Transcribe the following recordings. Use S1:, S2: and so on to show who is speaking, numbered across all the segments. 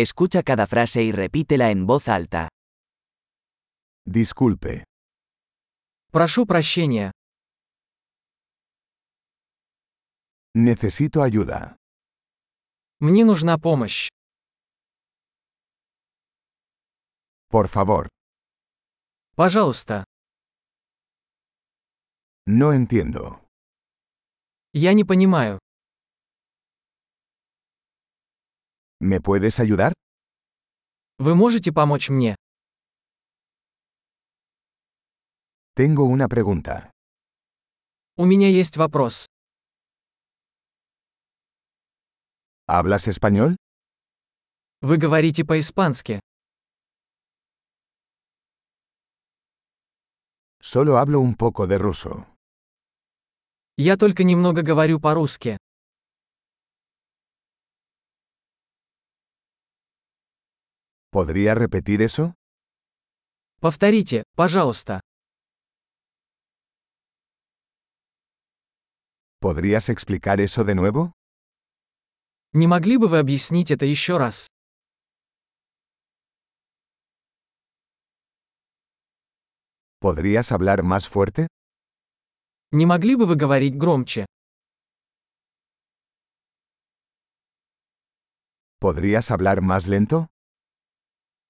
S1: Escucha cada frase y repítela en voz alta.
S2: Disculpe.
S3: Прошу прощения.
S2: Necesito ayuda.
S3: Мне нужна помощь.
S2: Por favor.
S3: Пожалуйста.
S2: No entiendo.
S3: Я не понимаю.
S2: ¿Me puedes ayudar?
S3: Вы можете помочь мне?
S2: Tengo una pregunta.
S3: У меня есть вопрос.
S2: ¿Hablas español?
S3: Вы говорите по-испански.
S2: Solo hablo un poco de ruso.
S3: Я только немного говорю по-русски.
S2: ¿Podría repetir eso?
S3: Повторите, пожалуйста.
S2: ¿Podrías explicar eso de nuevo?
S3: Не могли бы вы объяснить это еще раз?
S2: ¿Podrías hablar más fuerte?
S3: Не могли бы вы говорить громче?
S2: ¿Podrías hablar más lento?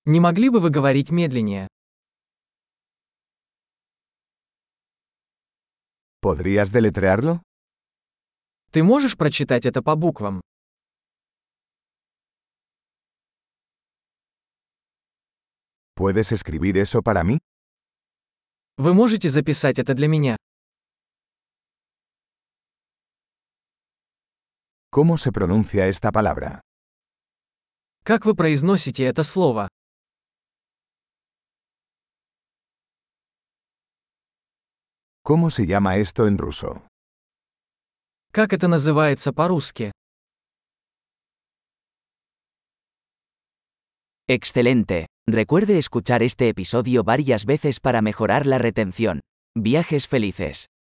S3: Не могли бы вы говорить медленнее?
S2: ¿Podrías deletrearlo?
S3: Ты можешь прочитать это по буквам?
S2: ¿Puedes escribir eso para mí?
S3: Вы можете записать это для меня?
S2: ¿Cómo se pronuncia esta palabra?
S3: Как вы произносите это слово?
S2: ¿Cómo se llama esto en ruso?
S3: Как это называется по-русски?
S1: Excelente. Recuerde escuchar este episodio varias veces para mejorar la retención. Viajes felices.